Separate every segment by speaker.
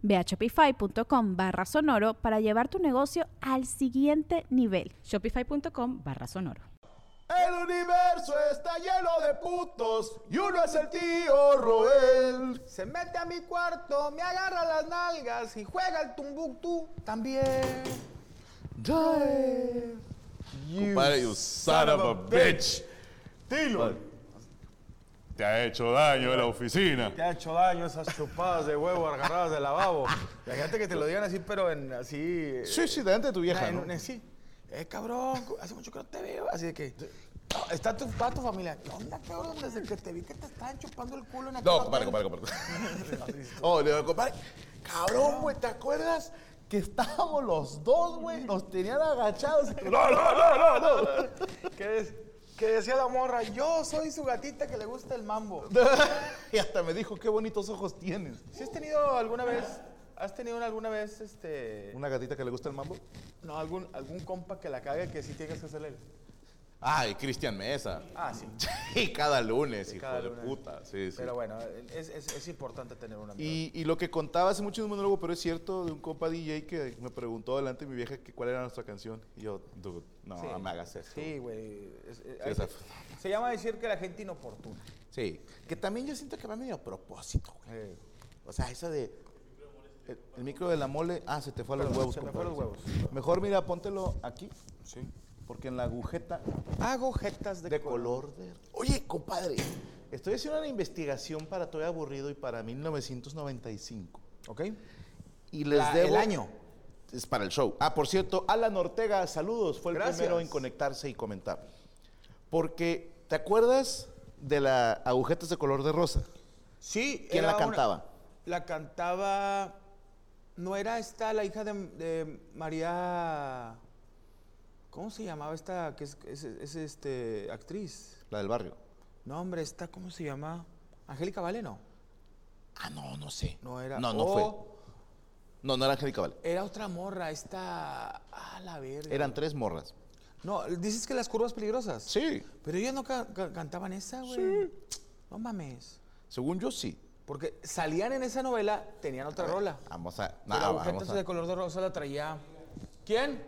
Speaker 1: Ve a shopify.com barra sonoro para llevar tu negocio al siguiente nivel.
Speaker 2: Shopify.com barra sonoro.
Speaker 3: El universo está lleno de putos y uno es el tío Roel.
Speaker 4: Se mete a mi cuarto, me agarra las nalgas y juega el tumbuctú también.
Speaker 3: Drive. You Compadre, you son of a bitch. Dilo. Te ha hecho daño en la oficina.
Speaker 4: Te ha hecho daño esas chupadas de huevo agarradas del lavabo. La gente que te lo digan así, pero en así.
Speaker 3: Sí, sí, delante de tu vieja.
Speaker 4: en-
Speaker 3: ¿no?
Speaker 4: en- sí. Eh, cabrón, hace mucho que no te veo. Así de que. no, Está tu, está tu familia. ¿Qué onda, cabrón? Desde que te vi que te estaban chupando el culo en aquel
Speaker 3: No,
Speaker 4: hotel.
Speaker 3: compadre, compadre, compadre. Oh, le digo, compadre. Cabrón, güey, ¿te acuerdas que estábamos los dos, güey? Nos tenían agachados. No, no, no, no, no.
Speaker 4: Que, des- que decía la morra, yo soy su gatita que le gusta el mambo.
Speaker 3: Y hasta me dijo, qué bonitos ojos tienes.
Speaker 4: ¿Sí has tenido alguna vez, has tenido alguna vez, este,
Speaker 3: ¿Una gatita que le gusta el mambo?
Speaker 4: no, algún, algún compa que la cague que sí tienes que hacerle? el-
Speaker 3: Ay, Cristian Mesa.
Speaker 4: Ah, sí.
Speaker 3: Sí, cada lunes, hijo
Speaker 4: cada
Speaker 3: de
Speaker 4: lunes.
Speaker 3: puta. Sí, sí.
Speaker 4: Pero bueno, es, es- es importante tener un amigo.
Speaker 3: Y, y lo que contaba hace mucho en un monólogo, pero es cierto, de un compa DJ que me preguntó delante de mi vieja que cuál era nuestra canción. Y yo, dude, no,
Speaker 4: Sí.
Speaker 3: no me hagas eso.
Speaker 4: Sí, güey. es- eh,
Speaker 3: esa-
Speaker 4: Se llama decir que la gente inoportuna.
Speaker 3: Sí. Que también yo siento que va medio a propósito, güey.
Speaker 4: Eh,
Speaker 3: O sea, eso de. El, el micro de la mole. Ah, se te fue a los
Speaker 4: Perdón,
Speaker 3: huevos.
Speaker 4: se me
Speaker 3: compadre.
Speaker 4: fue a los
Speaker 3: Sí. Mejor, mira, póntelo aquí. Sí. Porque en la agujeta
Speaker 4: Agujetas de,
Speaker 3: de color de. Oye, compadre. Estoy haciendo una investigación para Todo Aburrido y para 1995.
Speaker 4: ¿Ok?
Speaker 3: Y les
Speaker 4: La-
Speaker 3: debo.
Speaker 4: el año.
Speaker 3: Es para el show. Ah, por cierto, Alan Ortega, saludos. Fue el
Speaker 4: Gracias.
Speaker 3: primero en conectarse y comentar. Porque, ¿te acuerdas de la agujetas de color de rosa?
Speaker 4: Sí.
Speaker 3: ¿Quién la
Speaker 4: era una-
Speaker 3: cantaba?
Speaker 4: la cantaba, no era esta la hija de, de María, ¿cómo se llamaba esta? Que es, es- es, este, actriz.
Speaker 3: La del barrio.
Speaker 4: No, hombre, esta, ¿cómo se llama? Angélica Valeno.
Speaker 3: Ah, no, no Oh. sé.
Speaker 4: No era.
Speaker 3: No, no
Speaker 4: o
Speaker 3: fue. No, no era Angélica Vale.
Speaker 4: Era otra morra, esta, ah, la verga.
Speaker 3: Eran tres morras.
Speaker 4: No, dices que las curvas peligrosas.
Speaker 3: Sí.
Speaker 4: Pero ellos no ca- ca- cantaban esa, güey. No mames.
Speaker 3: Según yo, sí.
Speaker 4: Porque salían en esa novela, tenían otra rola.
Speaker 3: Vamos a. No,
Speaker 4: Pero
Speaker 3: Ah, vamos
Speaker 4: agujetas
Speaker 3: a-
Speaker 4: de color de rosa la traía. ¿Quién?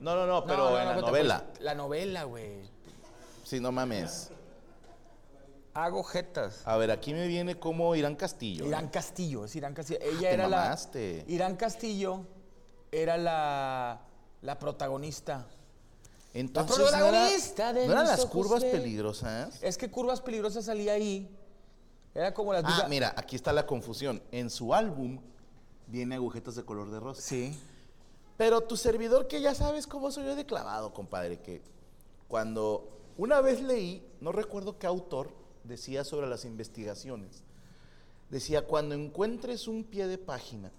Speaker 3: no, no, no, pero
Speaker 4: No, no,
Speaker 3: en
Speaker 4: no,
Speaker 3: la
Speaker 4: te
Speaker 3: novela.
Speaker 4: acuerdas. La novela, güey.
Speaker 3: Sí, no mames.
Speaker 4: Hago jetas.
Speaker 3: A ver, aquí me viene como Irán Castillo. ¿eh?
Speaker 4: Irán Castillo, es Irán Castillo. Ella
Speaker 3: Ah, te
Speaker 4: era
Speaker 3: mamaste.
Speaker 4: la. Irán Castillo era la, la protagonista.
Speaker 3: Entonces.
Speaker 4: La
Speaker 3: ¿no era-
Speaker 4: protagonista de
Speaker 3: ¿No eran
Speaker 4: mis
Speaker 3: las
Speaker 4: ojos
Speaker 3: curvas
Speaker 4: de- Eh,
Speaker 3: peligrosas?
Speaker 4: Es que Curvas Peligrosas salía ahí. Era como las
Speaker 3: Ah,
Speaker 4: dudas-
Speaker 3: mira, aquí está la confusión. En su álbum viene agujetas de color de rosa.
Speaker 4: Sí.
Speaker 3: Pero tu servidor, que ya sabes cómo soy yo de clavado, compadre, que cuando una vez leí, no recuerdo qué autor decía sobre las investigaciones, decía, cuando encuentres un pie de página,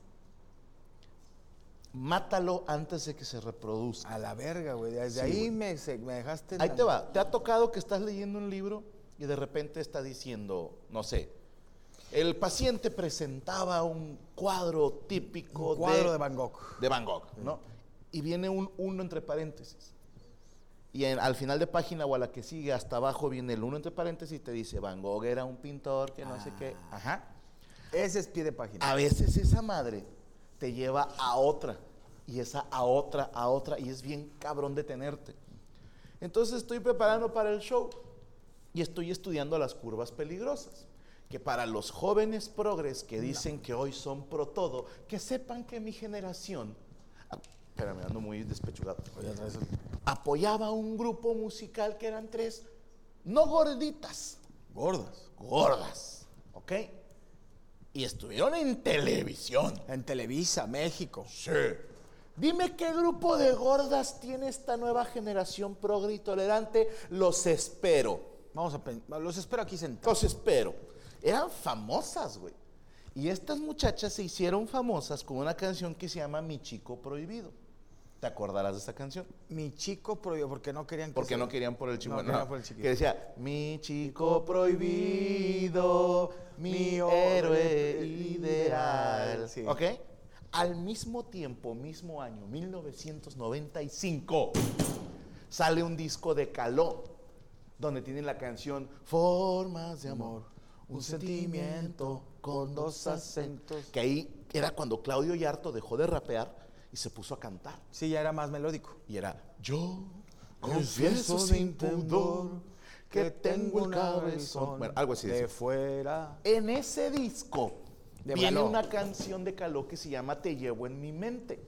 Speaker 3: mátalo antes de que se reproduzca.
Speaker 4: A la verga, güey. Desde
Speaker 3: Sí,
Speaker 4: ahí
Speaker 3: güey.
Speaker 4: me, se- me dejaste. en
Speaker 3: Ahí
Speaker 4: la-
Speaker 3: te va, te ha tocado que estás leyendo un libro y de repente está diciendo, no sé, el paciente presentaba un cuadro típico
Speaker 4: Un cuadro de Van Gogh.
Speaker 3: de Van Gogh, ¿no? Y viene un uno entre paréntesis. Y en- al final de página o a la que sigue, hasta abajo viene el uno entre paréntesis y te dice, Van Gogh era un pintor que no sé qué.
Speaker 4: Ah.
Speaker 3: Ajá.
Speaker 4: Ese es pie de página.
Speaker 3: A veces esa madre te lleva a otra, y esa a otra, a otra, y es bien cabrón detenerte. Entonces estoy preparando para el show y estoy estudiando las curvas peligrosas. Que para los jóvenes progres que dicen que hoy son pro todo, que sepan que mi generación. Ah, Espérame, ando muy despechugado. apoyaba a un grupo musical que eran tres, no gorditas,
Speaker 4: Gordas.
Speaker 3: gordas, ¿ok? Y estuvieron en televisión.
Speaker 4: En Televisa, México.
Speaker 3: Sí. Dime qué grupo de gordas tiene esta nueva generación progre y tolerante. Los espero.
Speaker 4: Vamos a pen- Los espero aquí sentados.
Speaker 3: Los espero. Eran famosas, güey. Y estas muchachas se hicieron famosas con una canción que se llama Mi Chico Prohibido. ¿Te acordarás de esta canción?
Speaker 4: Mi chico prohibido, porque no querían que
Speaker 3: Porque
Speaker 4: se-
Speaker 3: no querían por el chico.
Speaker 4: No,
Speaker 3: no.
Speaker 4: querían por el chiquito.
Speaker 3: Que decía, mi chico prohibido, mi
Speaker 4: Mío,
Speaker 3: héroe
Speaker 4: eh,
Speaker 3: ideal.
Speaker 4: sí.
Speaker 3: ¿Ok? Al mismo tiempo, mismo año, 1995, sale un disco de Caló, donde tienen la canción Formas de Amor, un sentimiento con dos acentos. Que ahí era cuando Claudio Yarto dejó de rapear y se puso a cantar.
Speaker 4: Sí, ya era más melódico.
Speaker 3: Y era, yo confieso sin pudor que tengo el cabezón. Bueno, algo así.
Speaker 4: De
Speaker 3: decía.
Speaker 4: fuera.
Speaker 3: En ese disco
Speaker 4: De
Speaker 3: viene
Speaker 4: Caló.
Speaker 3: una canción de Caló que se llama Te llevo en mi mente,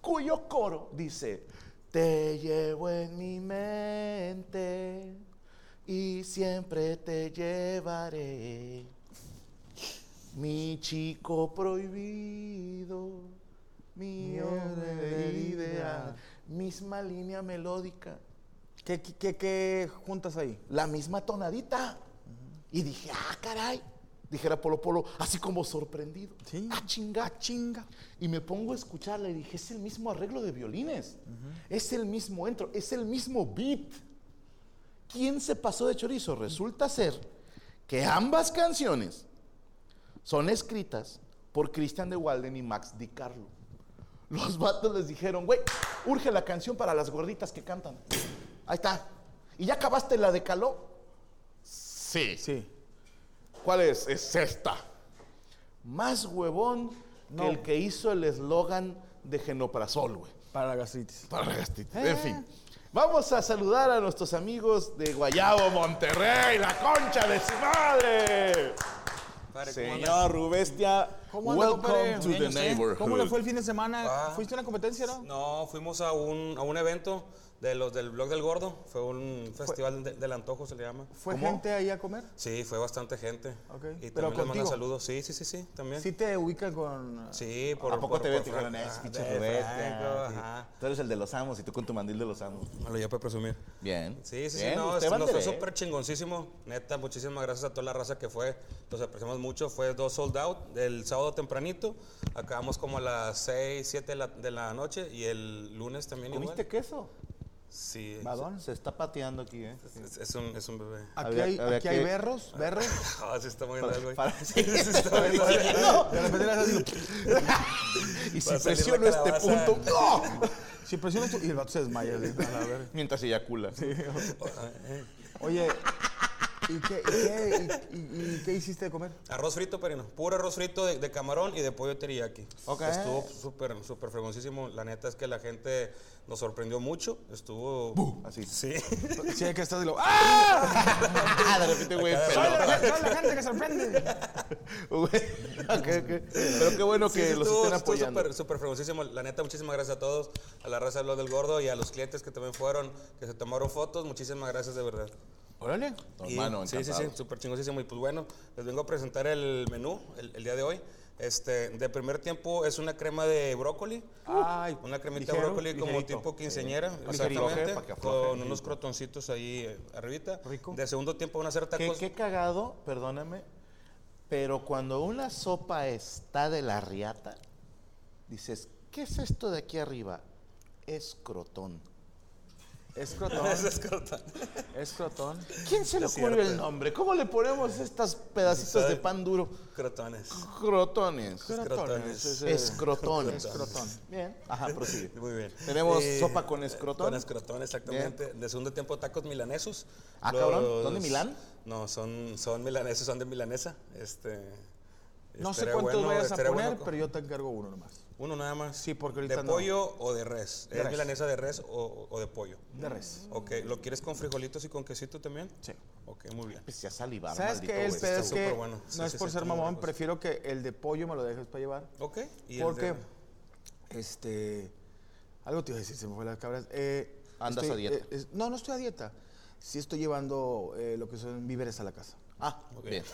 Speaker 3: cuyo coro dice, te llevo en mi mente y siempre te llevaré. Mi chico prohibido, mi hombre de ideal, misma línea melódica
Speaker 4: ¿Qué, qué, qué- qué juntas ahí?
Speaker 3: la misma tonadita. Y dije, ah, caray. Dijera Polo Polo, así como sorprendido.
Speaker 4: Sí.
Speaker 3: Ah, chinga, chinga. Y me pongo a escucharla y dije, es el mismo arreglo de violines. Es el mismo entro, es el mismo beat. ¿Quién se pasó de chorizo? Resulta ser que ambas canciones son escritas por Christian de Walden y Max Di Carlo. Los vatos les dijeron, güey, urge la canción para las gorditas que cantan. Ahí está. ¿Y ya acabaste la de Caló? Sí.
Speaker 4: Sí.
Speaker 3: ¿Cuál es? Es esta. Más huevón
Speaker 4: No.
Speaker 3: que el que hizo el eslogan de Genoprazol, güey.
Speaker 4: Para la gastritis.
Speaker 3: Para la gastritis. En fin. Vamos a saludar a nuestros amigos de Guayabo, Monterrey, la concha de su madre. Señor Rubestia,
Speaker 4: ¿Cómo anda,
Speaker 3: welcome
Speaker 4: compadre?
Speaker 3: to
Speaker 5: Muy
Speaker 3: the
Speaker 5: bien, ¿y usted?
Speaker 3: neighborhood.
Speaker 4: ¿Cómo le fue el fin de semana?
Speaker 5: Ah.
Speaker 4: ¿Fuiste a una competencia, no?
Speaker 5: No, fuimos a un, a un evento de los del Blog del Gordo. Fue un festival de- del antojo, se le llama.
Speaker 4: ¿Fue
Speaker 3: ¿Cómo?
Speaker 4: gente ahí a comer?
Speaker 5: Sí, fue bastante gente.
Speaker 4: Ok. ¿Pero
Speaker 5: Y también les
Speaker 4: contigo?
Speaker 5: manda saludos. Sí, sí, sí, sí, también.
Speaker 4: Sí
Speaker 5: Sí,
Speaker 4: te ubican con...
Speaker 5: por
Speaker 3: ¿A poco
Speaker 5: por-
Speaker 3: te veo?
Speaker 5: por
Speaker 3: Te dijeron,
Speaker 5: Franco.
Speaker 3: "Ah, pinche
Speaker 5: Ah, de
Speaker 3: Rubestia,
Speaker 5: Franco,
Speaker 3: sí.
Speaker 5: ajá.
Speaker 3: Tú eres el de los amos y tú con tu mandil de los amos.
Speaker 5: Me lo llevo para presumir.
Speaker 3: Bien.
Speaker 5: Sí, sí,
Speaker 3: Bien, pues,
Speaker 5: sí, no,
Speaker 3: usted ¿eh?
Speaker 5: es- nos fue
Speaker 3: banderé.
Speaker 5: súper chingoncísimo. Neta, muchísimas gracias a toda la raza que fue. Los apreciamos mucho. Fue dos sold out el sábado tempranito. Acabamos como a las 6, 7 de la, de la noche y el lunes también
Speaker 3: ¿Comiste
Speaker 5: igual.
Speaker 3: queso?
Speaker 5: Sí.
Speaker 4: Badón.
Speaker 3: Se está pateando aquí, ¿eh?
Speaker 5: Es, es un, es un bebé.
Speaker 4: Aquí,
Speaker 3: Había-
Speaker 4: hay,
Speaker 3: había
Speaker 4: aquí hay
Speaker 3: que-
Speaker 4: berros, berros.
Speaker 5: Ah, sí está moviendo
Speaker 3: Para-
Speaker 5: algo. ahí.
Speaker 3: para-
Speaker 5: sí, sí está moviendo algo.
Speaker 4: De repente le haces así.
Speaker 3: Y si
Speaker 5: Va a salir la
Speaker 3: presiono este
Speaker 5: calabaza.
Speaker 3: punto, ¡no!
Speaker 4: Si presionas tú... Y el vato se desmaya. así, a la verga.
Speaker 3: Mientras eyacula.
Speaker 4: Oye, ¿y qué, y qué- y- y- y qué hiciste de comer?
Speaker 5: Arroz frito, perino. Puro arroz frito de, de camarón y de pollo teriyaki.
Speaker 4: Ok.
Speaker 5: Estuvo súper, súper fregoncísimo. La neta es que la gente nos sorprendió mucho. Estuvo...
Speaker 3: Así.
Speaker 5: Sí.
Speaker 4: Sí, que estás de lo... ¡Ah!
Speaker 3: de repente, güey,
Speaker 4: Soy
Speaker 3: pelón.
Speaker 4: la, soy la gente que sorprende.
Speaker 3: Güey, ok, ok. Pero qué bueno
Speaker 5: Sí,
Speaker 3: que
Speaker 5: sí,
Speaker 3: los
Speaker 5: estuvo-
Speaker 3: estén
Speaker 5: estuvo
Speaker 3: apoyando.
Speaker 5: súper- Súper fregoncísimo. La neta, muchísimas gracias a todos. A la raza de Blog del Gordo y a los clientes que también fueron, que se tomaron fotos. Muchísimas gracias de verdad.
Speaker 3: Órale.
Speaker 5: Y-
Speaker 3: Hermano,
Speaker 5: sí, sí, sí,
Speaker 3: encantado.
Speaker 5: súper chingosísimo. Y pues bueno, les vengo a presentar el menú el, el día de hoy. Este, de primer tiempo es una crema de brócoli.
Speaker 3: Ah,
Speaker 4: Ay,
Speaker 5: Una cremita
Speaker 4: ligero,
Speaker 5: de brócoli como
Speaker 4: ligerito.
Speaker 5: tipo quinceañera,
Speaker 3: ligerito.
Speaker 5: exactamente,
Speaker 3: Para que afloje,
Speaker 5: con
Speaker 3: ligerito.
Speaker 5: unos crotoncitos ahí eh, arribita.
Speaker 4: Rico.
Speaker 5: De segundo tiempo van a
Speaker 3: Qué,
Speaker 5: hacer tacos.
Speaker 3: qué cagado, perdóname, pero cuando una sopa está de la riata, dices, ¿qué es esto de aquí arriba? Es crotón.
Speaker 4: Es crotón,
Speaker 5: Ese es crotón.
Speaker 4: es crotón.
Speaker 3: ¿Quién se le
Speaker 5: Es
Speaker 3: ocurre
Speaker 5: cierto.
Speaker 3: el nombre? ¿Cómo le ponemos estos pedacitos de pan duro?
Speaker 5: Crotones.
Speaker 3: Crotones.
Speaker 5: Crotones.
Speaker 3: Escrotones.
Speaker 4: Escrotón.
Speaker 3: Bien. Ajá, prosigue.
Speaker 5: Muy bien.
Speaker 3: Tenemos
Speaker 5: Eh,
Speaker 3: sopa con escrotón.
Speaker 5: Con escrotón, exactamente. De segundo tiempo, tacos milanesos.
Speaker 3: Ah, cabrón, ¿son de Milán?
Speaker 5: No, son, son milanesos, son de milanesa. Este,
Speaker 4: No sé
Speaker 5: estaría
Speaker 4: cuántos
Speaker 5: bueno-
Speaker 4: vayas a
Speaker 5: estaría
Speaker 4: poner,
Speaker 5: bueno co-
Speaker 4: pero yo te encargo uno nomás.
Speaker 5: Uno nada más.
Speaker 4: Sí, porque ahorita
Speaker 5: ¿De
Speaker 4: no.
Speaker 5: pollo o de res?
Speaker 4: De
Speaker 5: ¿Es
Speaker 4: res.
Speaker 5: milanesa de res o, o de pollo?
Speaker 4: De res.
Speaker 5: Ok, ¿lo quieres con frijolitos y con quesito también?
Speaker 4: Sí.
Speaker 5: Ok, muy bien.
Speaker 3: Pues ya salivaron,
Speaker 4: ¿Sabes
Speaker 3: maldito
Speaker 4: qué? El
Speaker 3: güey.
Speaker 4: pedo es
Speaker 5: Ah, está
Speaker 4: que
Speaker 5: superbueno. Sí,
Speaker 4: no es
Speaker 5: sí,
Speaker 4: por
Speaker 5: sí,
Speaker 4: ser
Speaker 5: está muy
Speaker 4: mamón,
Speaker 5: rico.
Speaker 4: prefiero que el de pollo me lo dejes para llevar.
Speaker 5: Ok. ¿y el
Speaker 4: Porque,
Speaker 5: de-
Speaker 4: este, algo te iba a decir, se me fue las cabras. Eh,
Speaker 3: Andas
Speaker 4: Estoy,
Speaker 3: a dieta.
Speaker 4: eh, es- no, no estoy a dieta. Sí estoy llevando eh, lo que son víveres a la casa.
Speaker 3: ah,
Speaker 5: Ok.
Speaker 3: bien.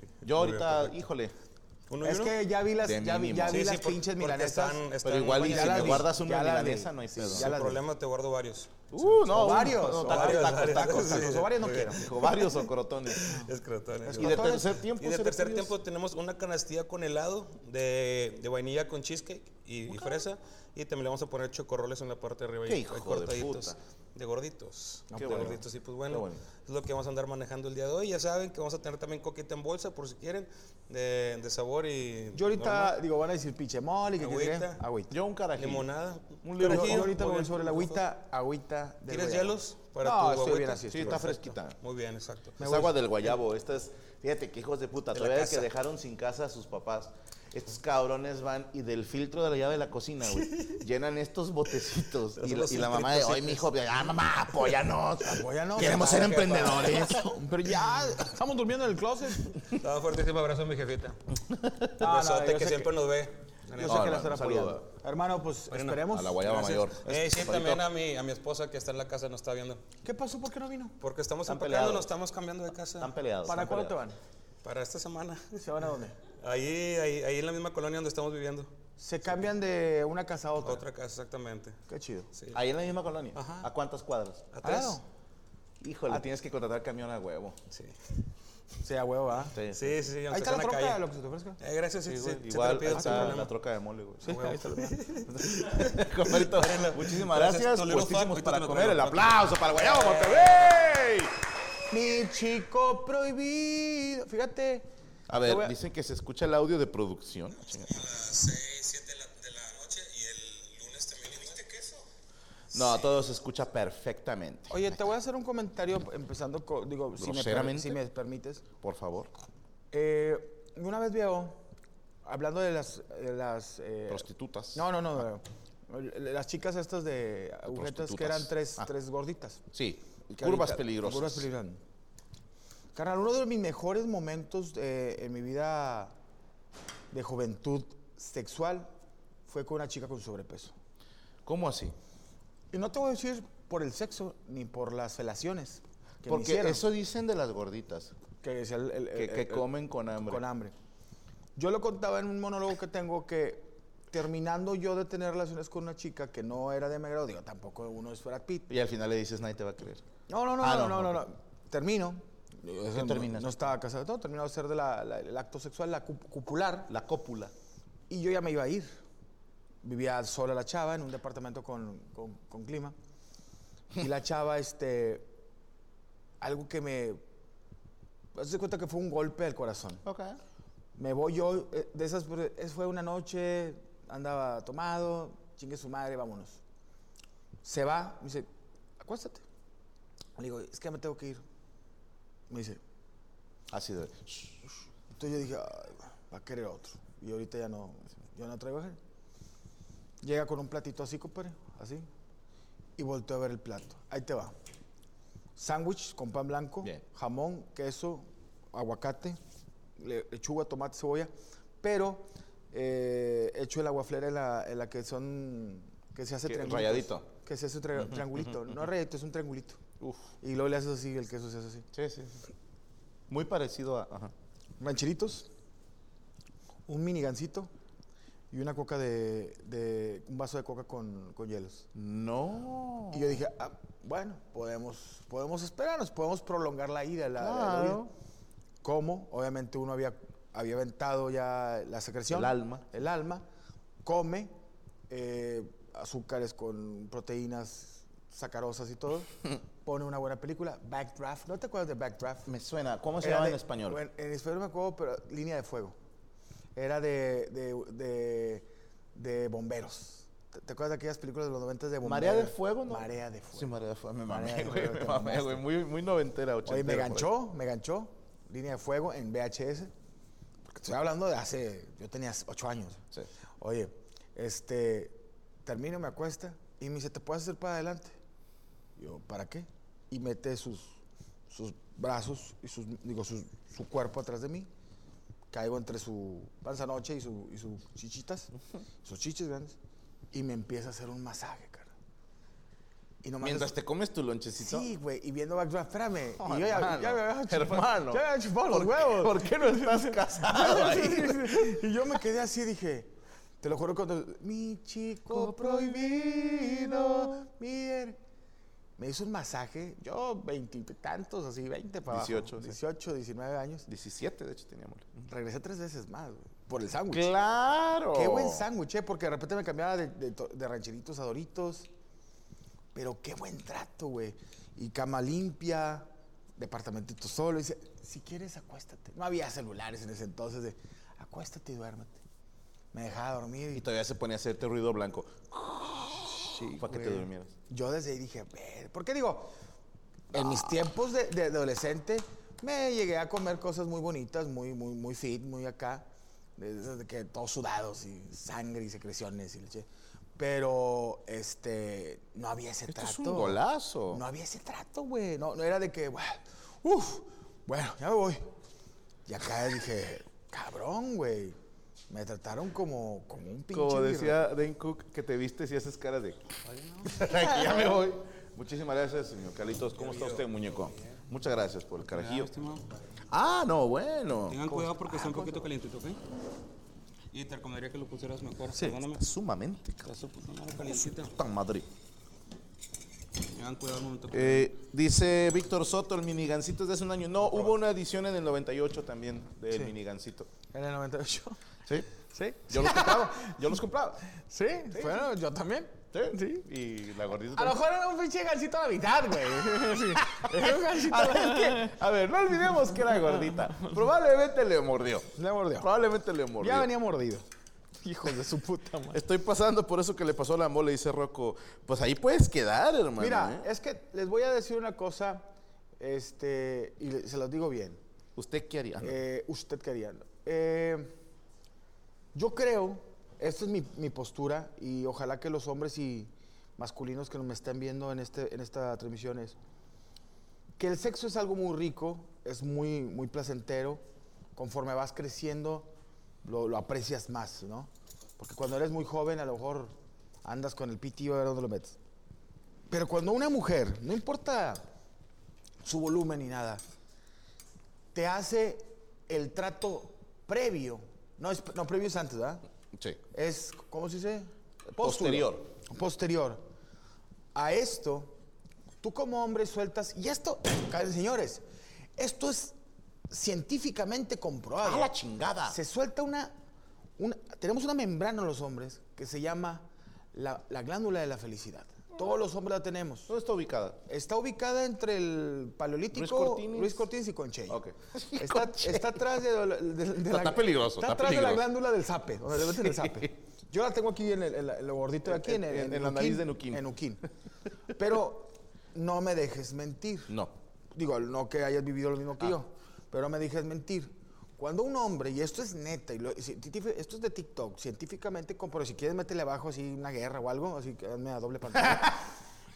Speaker 3: Yo
Speaker 5: Muy bien,
Speaker 3: ahorita,
Speaker 5: perfecto.
Speaker 3: híjole,
Speaker 5: Uno y
Speaker 4: Es
Speaker 5: uno.
Speaker 4: que ya vi las,
Speaker 3: De
Speaker 4: ya vi, ya
Speaker 3: mínimo.
Speaker 4: vi
Speaker 5: Sí,
Speaker 4: las
Speaker 5: sí, por-
Speaker 4: pinches
Speaker 5: porque
Speaker 4: milanesas.
Speaker 5: están- están
Speaker 3: pero igual y
Speaker 5: muy
Speaker 3: si
Speaker 4: ya la
Speaker 3: me
Speaker 5: buenas.
Speaker 4: vi,
Speaker 3: guardas una
Speaker 4: ya la vi.
Speaker 3: milanesa no hay pedo.
Speaker 4: ya
Speaker 5: Sin
Speaker 4: las vi.
Speaker 5: problema te guardo varios.
Speaker 3: Uh, no,
Speaker 4: O varios,
Speaker 3: no,
Speaker 4: o
Speaker 3: tacos,
Speaker 5: varios,
Speaker 3: tacos,
Speaker 5: varios,
Speaker 3: tacos,
Speaker 5: varios,
Speaker 3: tacos,
Speaker 5: sí.
Speaker 3: o varios no quiero. Dijo, varios o crotones.
Speaker 5: Es crotón, es
Speaker 3: Y de
Speaker 5: crotón.
Speaker 3: tercer tiempo,
Speaker 5: Y de
Speaker 3: cero
Speaker 5: tercer
Speaker 3: fríos.
Speaker 5: tiempo tenemos una canastilla con helado de, de vainilla con cheesecake y, y fresa. Y también le vamos a poner chocorroles en la parte de arriba.
Speaker 3: ¡Qué
Speaker 5: ahí,
Speaker 3: hijo
Speaker 5: ahí
Speaker 3: de puta!
Speaker 5: De gorditos.
Speaker 3: No,
Speaker 5: de
Speaker 3: qué bueno.
Speaker 5: gorditos, y pues
Speaker 3: Qué
Speaker 5: bueno.
Speaker 3: bueno.
Speaker 5: Es lo que vamos a andar manejando el día de hoy. Ya saben que vamos a tener también coquita en bolsa, por si quieren, de, de sabor y...
Speaker 4: Yo ahorita
Speaker 5: normal.
Speaker 4: digo, van a decir pinche mole, que
Speaker 5: Agüita.
Speaker 4: diré? Agüita.
Speaker 3: Yo un carajillo.
Speaker 5: Limonada.
Speaker 3: Un
Speaker 4: Pero
Speaker 3: limonada.
Speaker 4: yo
Speaker 5: Carajillo,
Speaker 4: ahorita
Speaker 5: muy
Speaker 4: voy
Speaker 5: bien,
Speaker 4: sobre la
Speaker 5: por favor.
Speaker 4: agüita, agüita de
Speaker 5: ¿Quieres
Speaker 4: guayaba.
Speaker 5: hielos para
Speaker 4: no,
Speaker 5: tu
Speaker 4: estoy
Speaker 5: agüita?
Speaker 4: bien así.
Speaker 3: Sí,
Speaker 4: estoy
Speaker 3: está
Speaker 4: bien.
Speaker 3: fresquita.
Speaker 5: Muy bien, exacto.
Speaker 3: Es agua del guayabo. Esta es, fíjate que hijos de puta,
Speaker 5: De la
Speaker 3: todavía que
Speaker 5: casa.
Speaker 3: dejaron sin casa a sus papás. Estos cabrones van y del filtro de la llave de la cocina, güey, llenan estos botecitos. Y,
Speaker 5: Hacen
Speaker 3: la-
Speaker 5: los
Speaker 3: y la mamá de,
Speaker 5: filtritos,
Speaker 3: ay, mijo, ah, mamá, apóyanos.
Speaker 4: Apóyanos,
Speaker 3: Queremos
Speaker 4: jefa,
Speaker 3: ser
Speaker 4: jefa".
Speaker 3: emprendedores.
Speaker 4: Pero ya, estamos durmiendo en el closet.
Speaker 5: Estaba fuertísimo abrazo a mi jefita.
Speaker 4: Ah, No, no,
Speaker 5: Un besote
Speaker 4: yo
Speaker 5: que
Speaker 4: sé
Speaker 5: siempre
Speaker 4: que-
Speaker 5: nos ve.
Speaker 4: Yo
Speaker 3: No,
Speaker 4: sé que
Speaker 3: hermano,
Speaker 4: la estará
Speaker 3: un saludo.
Speaker 4: apoyando. Hermano, pues
Speaker 5: Bueno,
Speaker 4: esperemos.
Speaker 3: a la guayaba mayor.
Speaker 5: Eh, sí,
Speaker 3: Compadrito.
Speaker 5: también a mi, a mi esposa que está en la casa nos está viendo.
Speaker 4: ¿Qué pasó? ¿Por qué no vino?
Speaker 5: Porque estamos
Speaker 3: Están
Speaker 5: empacando,
Speaker 3: peleados.
Speaker 5: nos estamos cambiando de casa.
Speaker 3: Están peleados.
Speaker 4: ¿Para
Speaker 3: están
Speaker 4: cuándo te
Speaker 3: peleados.
Speaker 4: van?
Speaker 5: Para esta semana.
Speaker 4: ¿Se van a dónde?
Speaker 5: Ahí, ahí, ahí en la misma colonia donde estamos viviendo.
Speaker 4: Se cambian de una casa a otra.
Speaker 5: Otra casa, exactamente.
Speaker 4: Qué chido.
Speaker 5: Sí.
Speaker 3: Ahí en la misma colonia.
Speaker 5: Ajá.
Speaker 3: ¿A cuántas cuadras?
Speaker 5: ¿A
Speaker 4: Ah,
Speaker 5: tres?
Speaker 4: no.
Speaker 3: Híjole, Ah, tienes que contratar camión a huevo.
Speaker 5: Sí.
Speaker 4: Sí, a huevo, ¿ah?
Speaker 3: Sí, sí.
Speaker 5: Sí, sí,
Speaker 4: Ahí
Speaker 5: aunque
Speaker 4: está la troca,
Speaker 5: sea en
Speaker 4: lo
Speaker 5: calle.
Speaker 4: que se te ofrezca.
Speaker 5: Eh, gracias, sí, sí, sí, te
Speaker 3: Igual
Speaker 5: lo pido, sin
Speaker 3: hasta la
Speaker 5: problema.
Speaker 3: troca de mole, güey.
Speaker 5: A huevo.
Speaker 3: Compadrito, muchísimas gracias.
Speaker 5: Tolero Fuck,
Speaker 3: Puestísimos
Speaker 5: ahorita
Speaker 3: para
Speaker 5: me
Speaker 3: comer.
Speaker 5: traigo
Speaker 3: El
Speaker 5: la placa.
Speaker 3: aplauso para Guayabo Monterrey.
Speaker 4: Mi chico prohibido. Fíjate.
Speaker 3: A
Speaker 4: te
Speaker 3: ver,
Speaker 4: voy
Speaker 3: dicen que se escucha el audio de producción. Ah,
Speaker 5: las 6, 7 de la, de la noche y el lunes también. ¿Comiste queso?
Speaker 3: No, todo se escucha perfectamente.
Speaker 4: Oye, te voy a hacer un comentario empezando con. Digo, si me, per-
Speaker 3: Groseramente.
Speaker 4: si me permites.
Speaker 3: Por favor.
Speaker 4: Eh, una vez veo, hablando de las. de las eh,
Speaker 3: Prostitutas. Ah.
Speaker 4: No, no, no. eh, Las chicas estas de agujetas que eran
Speaker 3: prostitutas.
Speaker 4: tres,
Speaker 3: Ah.
Speaker 4: tres gorditas.
Speaker 3: Sí,
Speaker 4: que
Speaker 3: curvas
Speaker 4: ahorita-
Speaker 3: peligrosas.
Speaker 4: Curvas peligrosas. Carnal, uno de mis mejores momentos eh, en mi vida de juventud sexual fue con una chica con sobrepeso.
Speaker 3: ¿Cómo así?
Speaker 4: Y no te voy a decir por el sexo ni por las felaciones que me
Speaker 3: Porque
Speaker 4: hicieron,
Speaker 3: eso dicen de las gorditas,
Speaker 4: que, decía el- el-
Speaker 3: que,
Speaker 4: el-
Speaker 3: que
Speaker 4: el-
Speaker 3: comen con hambre.
Speaker 4: con hambre. Yo lo contaba en un monólogo que tengo que terminando yo de tener relaciones con una chica que no era de mi grado, digo, tampoco uno es Brad Pitt.
Speaker 3: Y al final le dices, nadie te va a creer.
Speaker 4: No, no, no,
Speaker 3: Ah,
Speaker 4: no,
Speaker 3: no,
Speaker 4: no, no,
Speaker 3: ok.
Speaker 4: no. Termino. No-
Speaker 3: terminas?
Speaker 4: No estaba casado, todo. Terminaba de hacer de la- la- el acto sexual, la cup- cupular.
Speaker 3: La cópula.
Speaker 4: Y yo ya me iba a ir. Vivía sola la chava en un departamento con, con- con clima. Y la chava, este. Algo que me. Haz de cuenta que fue un golpe al corazón.
Speaker 3: Ok.
Speaker 4: Me voy yo, eh, de esas, pero es- fue una noche, andaba tomado, chingue su madre, vámonos. Se va, me dice, acuéstate. Le digo, es que ya me tengo que ir. Me dice,
Speaker 3: Así de.
Speaker 4: entonces yo dije, "Ay, güey, va a querer otro. Y ahorita ya no, yo no traigo ajeno. Llega con un platito así, compadre, así. Y volteo a ver el plato. Ahí te va. Sándwich con pan blanco,
Speaker 3: Bien.
Speaker 4: jamón, queso, aguacate, le- lechuga, tomate, cebolla. Pero eh, hecho el aguaflera en la, en la que son, que se hace
Speaker 3: Que-
Speaker 4: triangulitos.
Speaker 3: rayadito.
Speaker 4: Que se hace tra- triangulito. No rayadito, es un triangulito.
Speaker 3: Uf.
Speaker 4: Y luego le haces así, el queso se hace así.
Speaker 3: Sí, sí. Muy parecido a. Ajá.
Speaker 4: rancheritos, un minigancito y una coca de, de- un vaso de coca con, con hielos.
Speaker 3: No.
Speaker 4: Y yo dije, ah, bueno, podemos, podemos esperarnos, podemos prolongar la ida. La, la- la
Speaker 3: Claro.
Speaker 4: huida". ¿Cómo? Obviamente uno había, había aventado ya la secreción.
Speaker 3: El alma.
Speaker 4: El alma. Come eh, azúcares con proteínas sacarosas y todo. Pone una buena película. Backdraft. ¿No te acuerdas de Backdraft?
Speaker 3: Me suena. ¿Cómo se
Speaker 4: Era
Speaker 3: llama en
Speaker 4: de-
Speaker 3: español?
Speaker 4: bueno, en español me acuerdo, pero línea de fuego. Era de, de, de, de bomberos. ¿Te, te acuerdas de aquellas películas de los 90 de bomberos?
Speaker 3: Marea de fuego, ¿no?
Speaker 4: Marea de fuego.
Speaker 3: Sí, marea de fuego. Me
Speaker 4: Marea de
Speaker 3: mamé, güey.
Speaker 4: Fuego,
Speaker 3: Me
Speaker 4: te
Speaker 3: mamé,
Speaker 4: mamaste.
Speaker 3: güey. Muy, muy noventera, ochentera.
Speaker 4: Oye, me
Speaker 3: por ahí.
Speaker 4: ganchó, me ganchó. Línea de fuego en VHS. Porque estoy hablando de hace. Yo tenía 8 años.
Speaker 3: Sí.
Speaker 4: Oye, este. Termino, me acuesta y me dice, ¿te puedes hacer para adelante? Yo, ¿para qué? Y mete sus, sus brazos y sus, digo, sus- su cuerpo atrás de mí. Caigo entre su panza noche y, su- y sus chichitas, sus chiches grandes. Y me empieza a hacer un masaje, cara. Y nomás
Speaker 3: Mientras te comes tu lonchecito.
Speaker 4: Sí, güey, y viendo Backdraft, espérame.
Speaker 3: Oh,
Speaker 4: y yo ya,
Speaker 3: hermano.
Speaker 4: ya me había chupado,
Speaker 3: Hermano.
Speaker 4: ya me había chupado los
Speaker 3: ¿Por qué-
Speaker 4: huevos.
Speaker 3: ¿Por qué no estás casado ahí?
Speaker 4: y yo me quedé así, dije, te lo juro cuando... Mi chico prohibido, mi... her-". Me hizo un masaje, yo veintitantos, así, veinte para abajo.
Speaker 3: 18, sí.
Speaker 4: 18, 19 años.
Speaker 3: 17, de hecho, teníamos.
Speaker 4: Regresé tres veces más, güey, por el sándwich.
Speaker 3: ¡Claro!
Speaker 4: Qué buen sándwich, eh, porque de repente me cambiaba de, de to- de rancheritos a doritos. Pero qué buen trato, güey. Y cama limpia, departamentito solo. Y dice, si quieres, acuéstate. No había celulares en ese entonces de, acuéstate y duérmete. Me dejaba dormir y
Speaker 3: Y todavía se ponía a hacerte ruido blanco. Para que te
Speaker 4: güey.
Speaker 3: durmieras.
Speaker 4: Yo desde ahí dije, "Ver", porque digo, en
Speaker 3: Ah.
Speaker 4: mis tiempos de, de adolescente me llegué a comer cosas muy bonitas, muy, muy, muy fit, muy acá, de esas de que todos sudados y sangre y secreciones y leche. Pero, este, no había ese
Speaker 3: Esto
Speaker 4: trato.
Speaker 3: es un golazo.
Speaker 4: No había ese trato, güey. No, no era de que, "Buah, uf, bueno, ya me voy. Y acá dije, cabrón, güey. Me trataron como, como un pinche.
Speaker 3: Como
Speaker 4: virre-
Speaker 3: decía Dane Cook, que te vistes y haces caras de. Aquí ya me voy. Muchísimas gracias, señor Carlitos. ¿Cómo está usted, muñeco? Muchas gracias por el carajillo. Ah, no, bueno.
Speaker 5: Tengan cuidado porque está un poquito calientito, ¿ok? Y te recomendaría que lo pusieras mejor.
Speaker 3: Sí,
Speaker 5: Perdóname.
Speaker 3: está sumamente.
Speaker 5: Está su puta madre calientita.
Speaker 3: Tan Madrid.
Speaker 5: Tengan cuidado un momento.
Speaker 3: Eh, dice Víctor Soto, el minigancito es de hace un año. No, hubo una edición en el 98 también del
Speaker 4: Sí.
Speaker 3: minigancito.
Speaker 4: En el 98.
Speaker 3: ¿Sí?
Speaker 4: Sí.
Speaker 3: Yo los compraba. Yo los compraba.
Speaker 4: Sí, bueno, yo también.
Speaker 3: ¿Sí? Y la gordita
Speaker 4: A lo
Speaker 3: también.
Speaker 4: mejor era un pinche gancito a la mitad, güey. Sí, Era un gancito
Speaker 3: A ver, es que- a ver, no olvidemos que era gordita. Probablemente le mordió.
Speaker 4: Le mordió.
Speaker 3: Probablemente le mordió.
Speaker 4: Ya venía mordido. Hijo de su puta madre.
Speaker 3: Estoy pasando por eso que le pasó a la mole, dice Rocco. Pues ahí puedes quedar, hermano.
Speaker 4: Mira,
Speaker 3: ¿eh?
Speaker 4: es que les voy a decir una cosa, este, y le- se los digo bien.
Speaker 3: ¿Usted qué haría? Ah,
Speaker 4: Eh, usted quería. Eh, yo creo, esta es mi, mi postura, y ojalá que los hombres y masculinos que me estén viendo en, este, en esta transmisión es que el sexo es algo muy rico, es muy, muy placentero. Conforme vas creciendo, lo, lo aprecias más, ¿no? Porque cuando eres muy joven, a lo mejor andas con el pitillo a ver dónde lo metes. Pero cuando una mujer, no importa su volumen ni nada, te hace el trato previo. No, es, no previo es antes, ¿verdad?
Speaker 3: sí.
Speaker 4: Es, ¿cómo se dice?
Speaker 3: Posterior.
Speaker 4: Posterior. A esto, tú como hombre sueltas, y esto, caen, señores, esto es científicamente comprobado.
Speaker 3: ¡A la chingada!
Speaker 4: Se suelta una, una- tenemos una membrana en los hombres que se llama la, la glándula de la felicidad. Todos los hombres la tenemos.
Speaker 3: ¿Dónde está ubicada?
Speaker 4: Está ubicada entre el paleolítico
Speaker 3: Luis Cortines.
Speaker 4: y Conchella.
Speaker 3: Ok.
Speaker 4: Está, está atrás de, de- de la,
Speaker 3: está peligroso, está
Speaker 4: Está, atrás de la
Speaker 3: peligroso.
Speaker 4: glándula del zape, donde le meten el zape. Yo la tengo aquí en, el, en la- en lo gordito de aquí, en, el-
Speaker 3: En- en la nariz de Nuquín.
Speaker 4: En Nuquín. Pero no me dejes mentir.
Speaker 3: No.
Speaker 4: Digo, no que hayas vivido lo mismo que yo,
Speaker 3: Ah.
Speaker 4: pero no me dejes mentir. Cuando un hombre, y esto es neta, y lo- si- ti- ti- esto es de TikTok, científicamente, com- pero si quieres métele abajo así una guerra o algo, así que hazme a doble pantalla.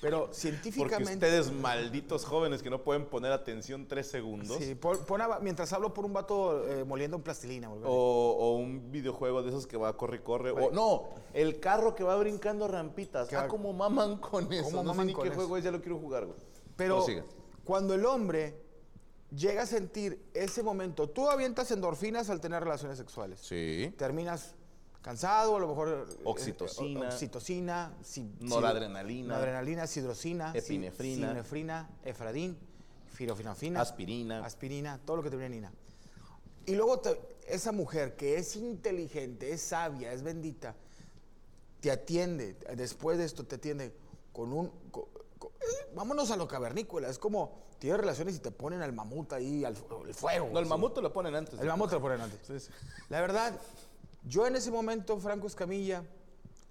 Speaker 4: pero
Speaker 3: Porque
Speaker 4: científicamente...
Speaker 3: ustedes, malditos jóvenes que no pueden poner atención tres segundos.
Speaker 4: Sí, pon- pon a- mientras hablo por un vato eh, moliendo en plastilina. o algo
Speaker 3: O, o un videojuego de esos que va a corre y corre. O no, el carro que va brincando rampitas.
Speaker 4: Que
Speaker 3: Ah,
Speaker 4: va-
Speaker 3: como maman con eso.
Speaker 4: ¿Cómo
Speaker 3: no sé
Speaker 4: maman
Speaker 3: ni
Speaker 4: con
Speaker 3: qué
Speaker 4: eso?
Speaker 3: juego es, ya lo quiero jugar, güey.
Speaker 4: Pero
Speaker 3: Prosiga.
Speaker 4: cuando el hombre llega a sentir ese momento, tú avientas endorfinas al tener relaciones sexuales.
Speaker 3: Sí.
Speaker 4: Terminas cansado, a lo mejor... eh,
Speaker 3: Oxitocina.
Speaker 4: eh, o- oxitocina. si-
Speaker 3: Noradrenalina.
Speaker 4: si- Noradrenalina, sidrocina. si-
Speaker 3: Epinefrina.
Speaker 4: sinefrina, efradín, firofenofina.
Speaker 3: Aspirina.
Speaker 4: Aspirina, todo lo que termina en ina. Y luego te- esa mujer que es inteligente, es sabia, es bendita, te atiende, después de esto te atiende con un... co- co- eh, vámonos a lo cavernícola, es como tienes relaciones y te ponen al mamut ahí, al fu- al fuego.
Speaker 3: No, el
Speaker 4: así.
Speaker 3: mamut te lo ponen antes. ¿eh?
Speaker 4: El mamut te lo ponen antes. La verdad, yo en ese momento, Franco Escamilla,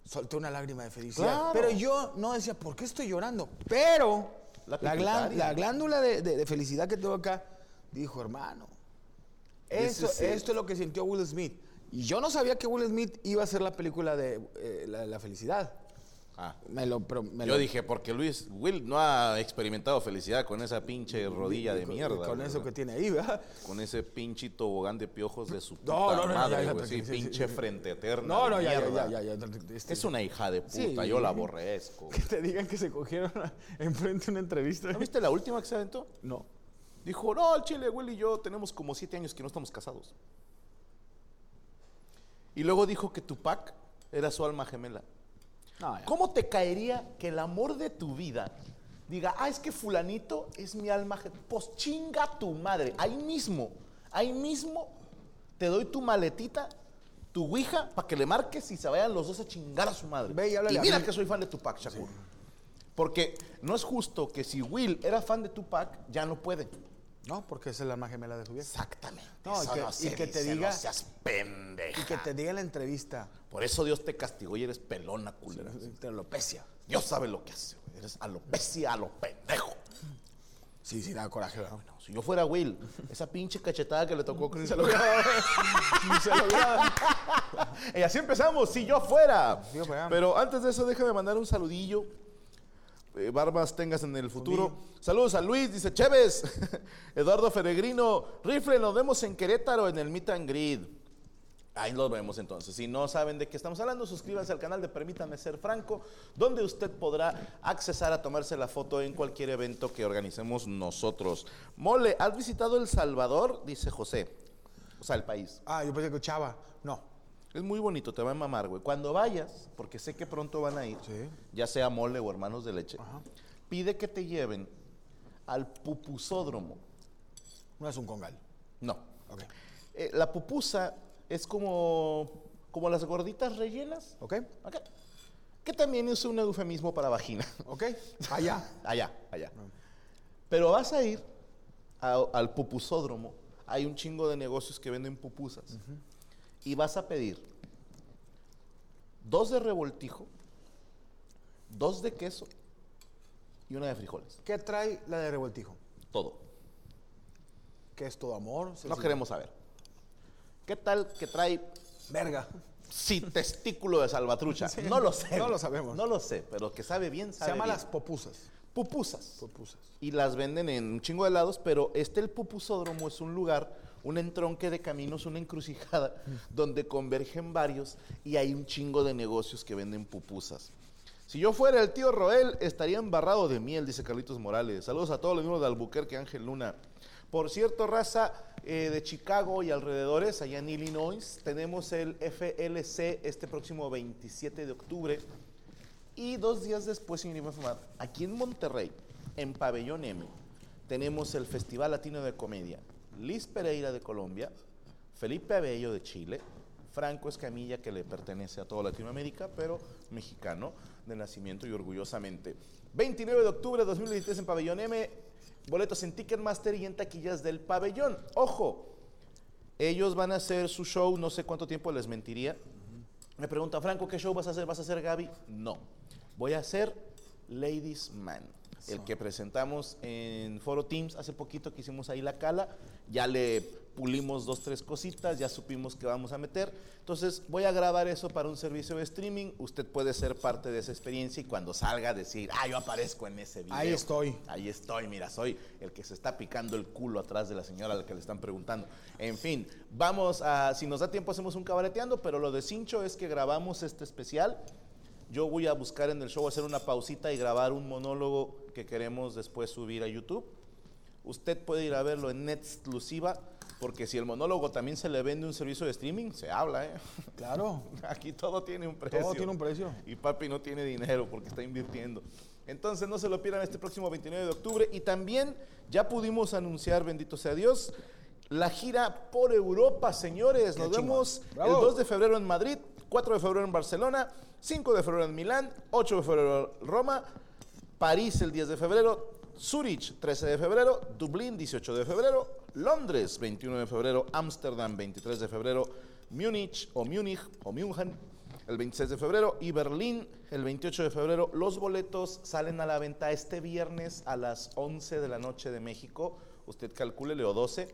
Speaker 4: solté una lágrima de felicidad.
Speaker 3: Claro.
Speaker 4: Pero yo no decía, ¿por qué estoy llorando? Pero
Speaker 3: La
Speaker 4: la, glán-
Speaker 3: pituitaria.
Speaker 4: la glándula de, de- de felicidad que tengo acá dijo, hermano,
Speaker 3: This
Speaker 4: eso,
Speaker 3: is it.
Speaker 4: esto es lo que sintió Will Smith. Y yo no sabía que Will Smith iba a hacer la película de eh, la, la felicidad.
Speaker 3: Ah.
Speaker 4: Me lo, pro- me
Speaker 3: Yo
Speaker 4: lo-
Speaker 3: dije, porque Luis Will no ha experimentado felicidad con esa pinche rodilla de mierda.
Speaker 4: Con
Speaker 3: güey,
Speaker 4: eso que
Speaker 3: ¿verdad?
Speaker 4: tiene ahí, ¿verdad?
Speaker 3: Con ese pinche tobogán de piojos de su puta
Speaker 4: No, no, no, ya,
Speaker 3: madre,
Speaker 4: ya, ya,
Speaker 3: güey, sí,
Speaker 4: sí, sí, sí,
Speaker 3: pinche
Speaker 4: sí.
Speaker 3: frente eterna.
Speaker 4: No,
Speaker 3: de
Speaker 4: no, ya, ya,
Speaker 3: mierda.
Speaker 4: ya, ya, ya, ya, este-
Speaker 3: Es una hija de puta,
Speaker 4: Sí.
Speaker 3: yo la aborrezco.
Speaker 4: Que te digan que se cogieron a- enfrente de una entrevista.
Speaker 3: ¿No viste la última que se aventó?
Speaker 4: No.
Speaker 3: Dijo, no, al chile, Will y yo tenemos como siete años que no estamos casados. Y luego dijo que Tupac era su alma gemela.
Speaker 4: No, ya.
Speaker 3: ¿Cómo te caería que el amor de tu vida diga, ah, es que fulanito es mi alma gemela? Pues chinga tu madre, ahí mismo, ahí mismo te doy tu maletita, tu ouija, para que le marques y se vayan los dos a chingar a su madre.
Speaker 4: Ve y háblale
Speaker 3: y
Speaker 4: a
Speaker 3: mira
Speaker 4: mí.
Speaker 3: que soy fan de Tupac, Shakur. Porque no es justo que si Will era fan de Tupac, ya no puede.
Speaker 4: No, porque esa es la más gemela de su vida.
Speaker 3: Exactamente.
Speaker 4: No, y
Speaker 3: Eso
Speaker 4: que-
Speaker 3: no
Speaker 4: y
Speaker 3: se
Speaker 4: que te
Speaker 3: dice,
Speaker 4: diga-
Speaker 3: no seas pendeja.
Speaker 4: Y que te diga en la entrevista.
Speaker 3: Por eso Dios te castigó y eres pelona, culera.
Speaker 4: Te lo pesia.
Speaker 3: Dios sabe lo que hace, güey. Eres alopecia a lo pendejo.
Speaker 4: Sí, sí, da coraje, ¿verdad?
Speaker 3: No, si yo fuera Will, esa pinche cachetada que le tocó con se y así empezamos, si yo fuera.
Speaker 4: Si yo fuera.
Speaker 3: Pero antes de eso, déjame mandar un saludillo. Eh, barbas tengas en el futuro. Saludos a Luis, dice Chévez. Eduardo Feregrino. Rifle, nos vemos en Querétaro en el Meet and Greet. Ahí los vemos entonces. Si no saben de qué estamos hablando, suscríbanse al canal de Permítame Ser Franco, donde usted podrá accesar a tomarse la foto en cualquier evento que organicemos nosotros. Mole, ¿has visitado El Salvador? Dice José. O sea, el país.
Speaker 4: Ah, yo pensé que Chava. No.
Speaker 3: Es muy bonito, te va a mamar, güey. Cuando vayas, porque sé que pronto van a ir,
Speaker 4: Sí.
Speaker 3: ya sea mole o hermanos de leche, pide que te lleven al pupusódromo.
Speaker 4: No es un congal.
Speaker 3: No.
Speaker 4: Ok.
Speaker 3: Eh, la pupusa es como, como las gorditas rellenas.
Speaker 4: ¿Ok?
Speaker 3: Ok. Que también es un eufemismo para vagina.
Speaker 4: ¿Ok? Allá.
Speaker 3: Allá, allá. Pero vas a ir a- al pupusódromo. Hay un chingo de negocios que venden pupusas. Y vas a pedir dos de revoltijo, dos de queso y una de frijoles.
Speaker 4: ¿Qué trae la de revoltijo?
Speaker 3: Todo.
Speaker 4: ¿Qué es todo amor?
Speaker 3: No queremos saber. ¿Qué tal que trae
Speaker 4: Verga.
Speaker 3: sin testículo de salvatrucha? No lo sé.
Speaker 4: No
Speaker 3: güey.
Speaker 4: lo sabemos.
Speaker 3: No lo sé, pero que sabe bien,
Speaker 4: Se
Speaker 3: sabe
Speaker 4: llama
Speaker 3: bien.
Speaker 4: las popusas.
Speaker 3: pupusas.
Speaker 4: Popusas.
Speaker 3: y las venden en un chingo de lados, pero este el pupusódromo es un lugar, un entronque de caminos, una encrucijada, donde convergen varios y hay un chingo de negocios que venden pupusas. Si yo fuera el tío Roel, estaría embarrado de miel, dice Carlitos Morales. Saludos a todos los miembros de Albuquerque, Ángel Luna. Por cierto, raza eh, de Chicago y alrededores, allá en Illinois, tenemos el FLC este próximo 27 de octubre. Y dos días después, sin irme a fumar, aquí en Monterrey, en Pabellón M, tenemos el Festival Latino de Comedia. Liz Pereira de Colombia, Felipe Abello de Chile, Franco Escamilla, que le pertenece a toda Latinoamérica, pero mexicano de nacimiento y orgullosamente. 29 de octubre de 2023 en Pabellón M, boletos en Ticketmaster y en taquillas del pabellón. Ojo, ellos van a hacer su show, no sé cuánto tiempo les mentiría. Me pregunta, Franco, ¿qué show vas a hacer? ¿Vas a hacer Gaby? No. Voy a hacer Ladies Man, el que presentamos en Foro Teams hace poquito que hicimos ahí la cala. Ya le pulimos dos, tres cositas, ya supimos que vamos a meter. Entonces, voy a grabar eso para un servicio de streaming. Usted puede ser parte de esa experiencia y cuando salga decir, ah, yo aparezco en ese video.
Speaker 4: Ahí estoy.
Speaker 3: Ahí estoy, mira, soy el que se está picando el culo atrás de la señora a la que le están preguntando. En fin, vamos a, si nos da tiempo hacemos un cabareteando, pero lo de Cincho es que grabamos este especial. Yo voy a buscar en el show hacer una pausita y grabar un monólogo que queremos después subir a YouTube. Usted puede ir a verlo en exclusiva, porque si el monólogo también se le vende un servicio de streaming, se habla, ¿eh?
Speaker 4: Claro.
Speaker 3: Aquí todo tiene un precio.
Speaker 4: Todo tiene un precio.
Speaker 3: Y papi no tiene dinero porque está invirtiendo. Entonces no se lo pierdan este próximo 29 de octubre. Y también ya pudimos anunciar, bendito sea Dios, la gira por Europa, señores. Nos
Speaker 4: chingón.
Speaker 3: vemos el
Speaker 4: Bravo.
Speaker 3: 2 de febrero en Madrid, 4 de febrero en Barcelona, 5 de febrero en Milán, 8 de febrero en Roma, París el 10 de febrero, Zurich 13 de febrero, Dublín 18 de febrero, Londres 21 de febrero, Ámsterdam 23 de febrero, Múnich o Múnich o München el 26 de febrero y Berlín el 28 de febrero. Los boletos salen a la venta este viernes a las 11 de la noche de México. Usted calcúlele o 12.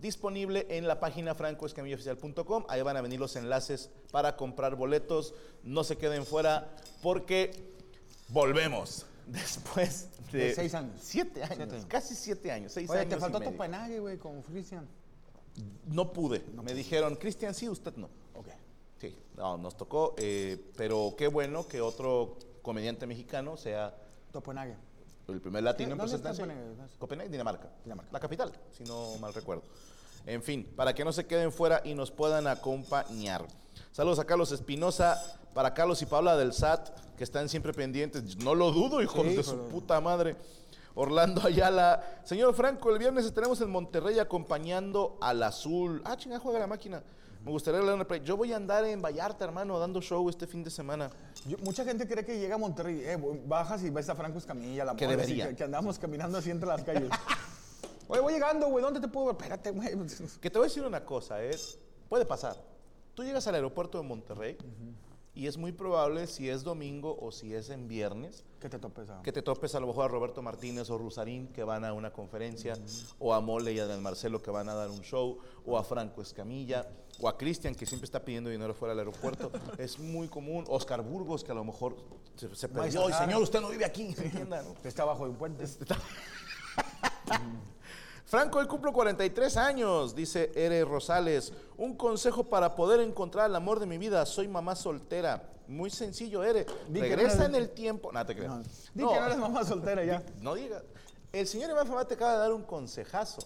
Speaker 3: disponible en la página francoescamillaoficial.com. Ahí van a venir los enlaces para comprar boletos. No se queden fuera porque volvemos después de,
Speaker 4: De seis años.
Speaker 3: Siete años,
Speaker 4: Siete años.
Speaker 3: casi siete años, seis
Speaker 4: Oye,
Speaker 3: años.
Speaker 4: te
Speaker 3: y
Speaker 4: faltó
Speaker 3: medio.
Speaker 4: tu penague, güey, con Cristian.
Speaker 3: No pude. Me dijeron, Cristian, sí, usted no.
Speaker 4: Ok.
Speaker 3: Sí, no, nos tocó, eh, pero qué bueno que otro comediante mexicano sea
Speaker 4: Tu penague.
Speaker 3: el primer latino en
Speaker 4: ¿Dónde está
Speaker 3: presentarse.
Speaker 4: Copenhague?
Speaker 3: Copenhague, Dinamarca.
Speaker 4: Dinamarca.
Speaker 3: La capital, si no mal recuerdo. En fin, para que no se queden fuera y nos puedan acompañar. Saludos a Carlos Espinosa, para Carlos y Paula del SAT, que están siempre pendientes. No lo dudo, hijos
Speaker 4: Sí,
Speaker 3: de su
Speaker 4: híjole.
Speaker 3: puta madre. Orlando Ayala. Señor Franco, el viernes estaremos en Monterrey acompañando al Azul. Ah, chinga, juega la máquina. Me gustaría darle una play. Yo voy a andar en Vallarta, hermano, dando show este fin de semana.
Speaker 4: Yo- mucha gente cree que llega a Monterrey, eh, bu- bajas y ves a Franco Escamilla, la
Speaker 3: Que
Speaker 4: mole,
Speaker 3: debería.
Speaker 4: así que, que andamos caminando así entre las calles. Oye, voy llegando, güey, ¿dónde te puedo ver? Espérate, güey.
Speaker 3: Que te voy a decir una cosa, ¿eh? puede pasar. Tú llegas al aeropuerto de Monterrey y es muy probable, si es domingo o si es en viernes,
Speaker 4: Que te topes, ah.
Speaker 3: que te topes a lo mejor a Roberto Martínez o Rusarín que van a una conferencia, o a Mole y a Dan Marcelo que van a dar un show, o a Franco Escamilla, o a Cristian que siempre está pidiendo dinero fuera del aeropuerto. es muy común. Oscar Burgos que a lo mejor se, se perdió.
Speaker 4: Maestro
Speaker 3: "Ay, señor, usted no vive aquí. Entienda, ¿no?
Speaker 4: Está abajo de un puente.
Speaker 3: Franco, hoy cumplo 43 años, dice Ere Rosales. Un consejo para poder encontrar el amor de mi vida. Soy mamá soltera. Muy sencillo, Ere.
Speaker 4: Di que no
Speaker 3: Regresa en
Speaker 4: eres-
Speaker 3: el tiempo. No te creas.
Speaker 4: No.
Speaker 3: No,
Speaker 4: Di que no eres mamá soltera ya.
Speaker 3: no digas. El señor Iván Fabá te acaba de dar un consejazo.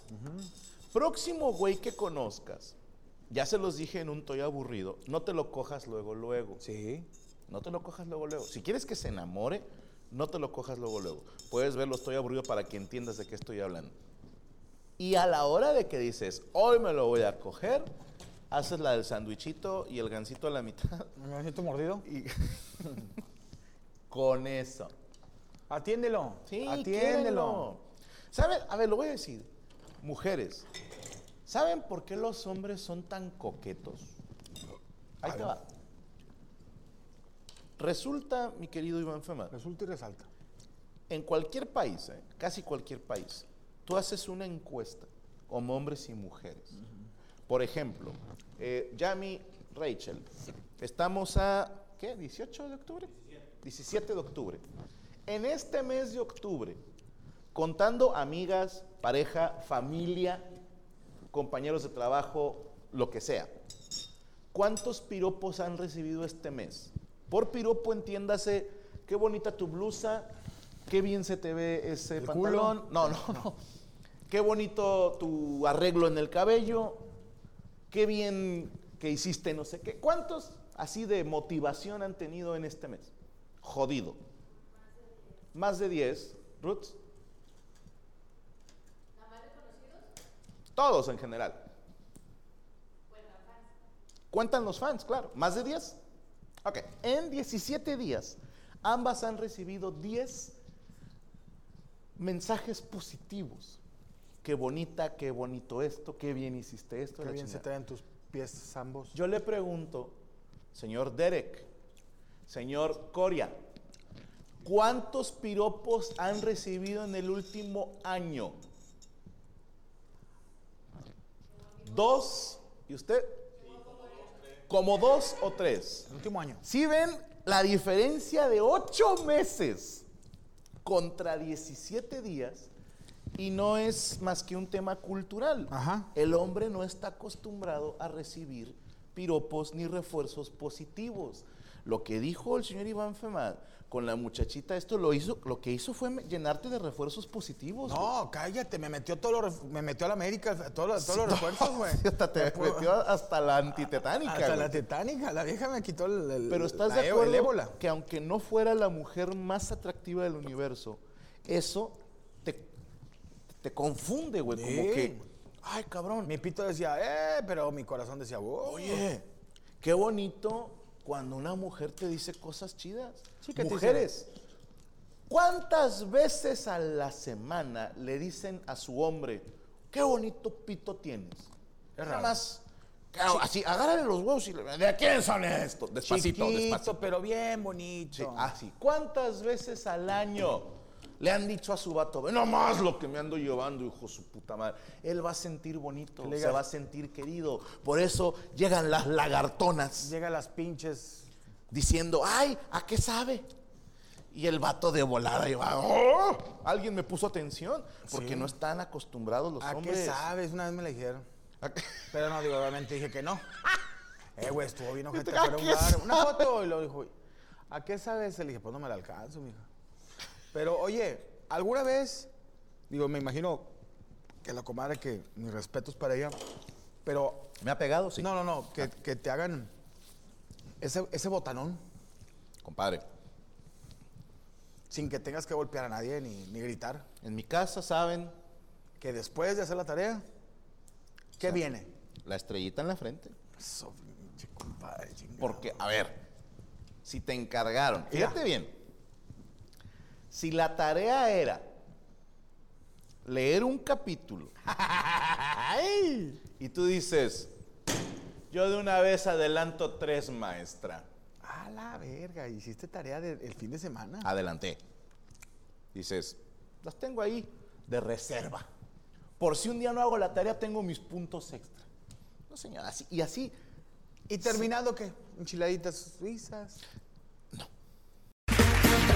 Speaker 3: Próximo güey que conozcas, ya se los dije en un toy aburrido, no te lo cojas luego, luego.
Speaker 4: Sí.
Speaker 3: No te lo cojas luego, luego. Si quieres que se enamore, no te lo cojas luego, luego. Puedes verlo, estoy aburrido para que entiendas de qué estoy hablando. Y a la hora de que dices, hoy me lo voy a coger, haces la del sandwichito y el gancito a la mitad.
Speaker 4: ¿Me necesito mordido?
Speaker 3: Y con eso.
Speaker 4: Atiéndelo.
Speaker 3: Sí,
Speaker 4: atiéndelo.
Speaker 3: quiérenlo. ¿Saben? A ver, lo voy a decir. Mujeres, ¿saben por qué los hombres son tan coquetos? Ahí te va. Resulta, mi querido Iván Fema,
Speaker 4: Resulta y resalta.
Speaker 3: en cualquier país, ¿eh? casi cualquier país, tú haces una encuesta con hombres y mujeres. Por ejemplo, eh, Yami, Rachel, estamos a, ¿qué? ¿18 de octubre? 17 de octubre. En este mes de octubre, contando amigas, pareja, familia, compañeros de trabajo, lo que sea, ¿Cuántos piropos han recibido este mes? Por piropo entiéndase, qué bonita tu blusa, qué bien se te ve ese
Speaker 4: ¿El
Speaker 3: pantalón.
Speaker 4: culo?
Speaker 3: No, no, no. Qué bonito tu arreglo en el cabello, qué bien que hiciste no sé qué. ¿Cuántos así de motivación han tenido en este mes? Jodido. Más de 10. Ruth. Todos en general. Cuentan los fans, claro. ¿Más de 10? Ok. En 17 días, ambas han recibido 10 mensajes positivos. Qué bonita, qué bonito esto, qué bien hiciste esto.
Speaker 4: Qué
Speaker 3: la
Speaker 4: bien se
Speaker 3: chingada.
Speaker 4: te ven tus pies ambos.
Speaker 3: Yo le pregunto, señor Derek, señor Coria, ¿cuántos piropos han recibido en el último año? ¿Dos? ¿Y usted? ¿Como dos o tres?
Speaker 4: El último año.
Speaker 3: Si ven la diferencia de ocho meses contra 17 días, y no es más que un tema cultural.
Speaker 4: Ajá.
Speaker 3: El hombre no está acostumbrado a recibir piropos ni refuerzos positivos. Lo que dijo el señor Iván Femad con la muchachita, esto lo hizo, lo que hizo fue me- llenarte de refuerzos positivos. güey.
Speaker 4: No, cállate, me metió todo lo ref- me metió a la América, todos los- todos los refuerzos, güey.
Speaker 3: Hasta te
Speaker 4: Me pudo-
Speaker 3: metió hasta la antitetánica.
Speaker 4: Hasta
Speaker 3: güey.
Speaker 4: la tetánica, la vieja me quitó el, el-
Speaker 3: Pero estás
Speaker 4: Eh, la
Speaker 3: de
Speaker 4: ébo-
Speaker 3: acuerdo
Speaker 4: el ébola.
Speaker 3: que aunque no fuera la mujer más atractiva del universo, eso te, te confunde, güey. Como
Speaker 4: Sí.
Speaker 3: que, ay, cabrón,
Speaker 4: Mi pito decía, eh, pero mi corazón decía, "Oh".
Speaker 3: oye, qué bonito cuando una mujer te dice cosas chidas.
Speaker 4: Sí, que te
Speaker 3: Mujeres, ¿cuántas veces a la semana le dicen a su hombre, qué bonito pito tienes?
Speaker 4: Es
Speaker 3: Nada
Speaker 4: raro.
Speaker 3: más, claro, así, agárrale los huevos y le... ¿De quién son estos? Despacito, ah,
Speaker 4: Chiquito,
Speaker 3: despacito.
Speaker 4: pero bien bonito.
Speaker 3: Sí, así. ¿Cuántas veces al año Le han dicho a su vato, ve nomás lo que me ando llevando, hijo de su puta madre. Él va a sentir bonito,
Speaker 4: le
Speaker 3: se
Speaker 4: digas-
Speaker 3: va a sentir querido. Por eso llegan las lagartonas
Speaker 4: Llega las pinches.
Speaker 3: diciendo, ay, ¿a qué sabe? Y el vato de volada y va, "Oh, alguien me puso atención, porque
Speaker 4: Sí.
Speaker 3: no están acostumbrados los
Speaker 4: ¿A
Speaker 3: hombres.
Speaker 4: qué sabes? Una vez me la dijeron. Pero no, digo, obviamente dije que no. Eh, güey, estuvo bien ojete,
Speaker 3: ¿A
Speaker 4: pero un
Speaker 3: qué
Speaker 4: bar, una foto. Y lo dijo, ¿a qué sabes? Le dije, pues no me la alcanzo, mija. Pero, oye, ¿alguna vez? Digo, me imagino que la comadre, que mis respetos para ella, pero...
Speaker 3: ¿Me ha pegado? Sí. Ah.
Speaker 4: No, no, no, que, que te hagan ese, ese botanón
Speaker 3: Compadre,
Speaker 4: sin que tengas que golpear a nadie ni, ni gritar.
Speaker 3: en mi casa, ¿saben?
Speaker 4: Que después de hacer la tarea, ¿qué viene?
Speaker 3: La estrellita en la frente.
Speaker 4: Eso, pinche compadre, chingado.
Speaker 3: Porque, a ver, si te encargaron,
Speaker 4: Mira.
Speaker 3: fíjate bien, si la tarea era leer un capítulo y tú dices, yo de una vez adelanto tres, maestra,
Speaker 4: A la verga, hiciste tarea del el fin de semana.
Speaker 3: adelanté, dices, las tengo ahí de reserva. Por si un día no hago la tarea, tengo mis puntos extra. No, señora, así, y así
Speaker 4: ¿Y terminado qué? Enchiladitas suizas.